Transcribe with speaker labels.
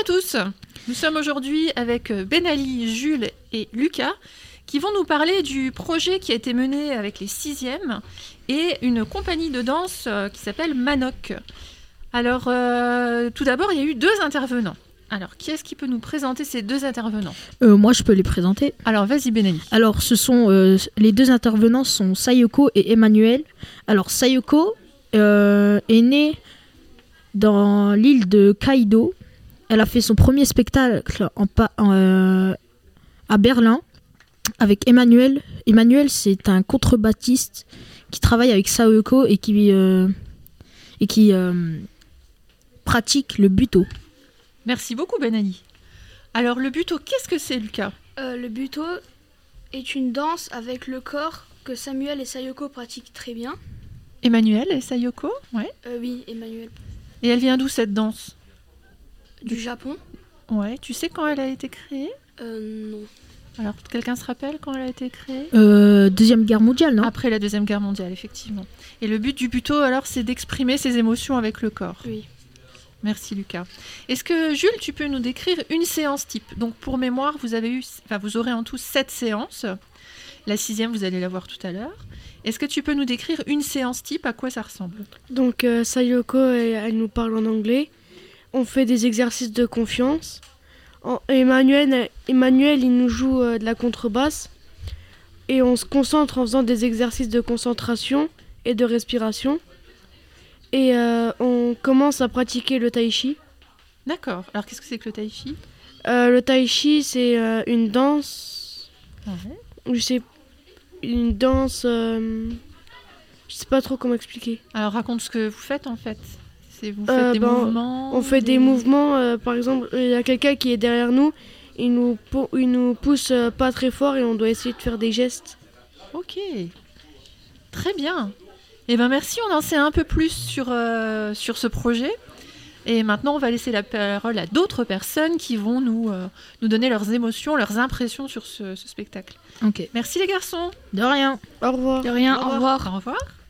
Speaker 1: à tous. Nous sommes aujourd'hui avec Ben Ali, Jules et Lucas qui vont nous parler du projet qui a été mené avec les sixièmes et une compagnie de danse euh, qui s'appelle Manoc. Alors, euh, tout d'abord, il y a eu deux intervenants. Alors, qui est-ce qui peut nous présenter ces deux intervenants
Speaker 2: Euh, moi, je peux les présenter.
Speaker 1: Alors, vas-y, Ben Ali.
Speaker 2: Alors, ce sont euh, les deux intervenants sont Sayoko et Emmanuel. Alors, Sayoko euh, est née dans l'île de Kaido. Elle a fait son premier spectacle en pa- en, euh, à Berlin avec Emmanuel. Emmanuel, c'est un contrebassiste qui travaille avec Sayoko et qui euh, et qui euh, pratique le buto.
Speaker 1: Merci beaucoup, Ben Ali. Alors, le buto, qu'est-ce que c'est, Lucas
Speaker 3: Euh, le buto est une danse avec le corps que Samuel et Sayoko pratiquent très bien.
Speaker 1: Emmanuel et Sayoko Ouais.
Speaker 3: Euh, oui, Emmanuel,
Speaker 1: Et elle vient d'où cette danse
Speaker 3: du Japon.
Speaker 1: Ouais. Tu sais quand elle a été créée
Speaker 3: Euh, non.
Speaker 1: Alors, quelqu'un se rappelle quand elle a été créée
Speaker 2: Euh, Deuxième guerre mondiale, non
Speaker 1: Après la Deuxième Guerre mondiale, effectivement. Et le but du buto, alors, c'est d'exprimer ses émotions avec le corps.
Speaker 3: Oui.
Speaker 1: Merci, Lucas. Est-ce que, Jules, tu peux nous décrire une séance type Donc, pour mémoire, vous, avez eu, enfin, vous aurez en tout sept séances. La sixième, vous allez la voir tout à l'heure. Est-ce que tu peux nous décrire une séance type À quoi ça ressemble
Speaker 4: Donc euh, Sayoko, elle, elle nous parle en anglais. On fait des exercices de confiance. En- Emmanuel, Emmanuel, il nous joue euh, de la contrebasse. Et on se concentre en faisant des exercices de concentration et de respiration. Et euh, on commence à pratiquer le tai chi.
Speaker 1: D'accord. Alors, qu'est-ce que c'est que le tai chi
Speaker 4: Euh, le tai chi, c'est euh, une danse.
Speaker 1: Ouais.
Speaker 4: Je sais, une danse. euh, je sais pas trop comment expliquer.
Speaker 1: Alors, raconte ce que vous faites, en fait. C'est, vous faites
Speaker 4: Euh,
Speaker 1: des
Speaker 4: ben,
Speaker 1: mouvements
Speaker 4: On fait des mouvements, euh, par exemple, il y a quelqu'un qui est derrière nous, il nous, pou- il nous pousse euh, pas très fort et on doit essayer de faire des gestes.
Speaker 1: Ok, très bien. Eh ben merci, on en sait un peu plus sur, euh, sur ce projet. Et maintenant, on va laisser la parole à d'autres personnes qui vont nous, euh, nous donner leurs émotions, leurs impressions sur ce, ce spectacle.
Speaker 2: Ok.
Speaker 1: Merci les garçons.
Speaker 2: De rien.
Speaker 4: Au revoir.
Speaker 3: De rien,
Speaker 1: Au revoir.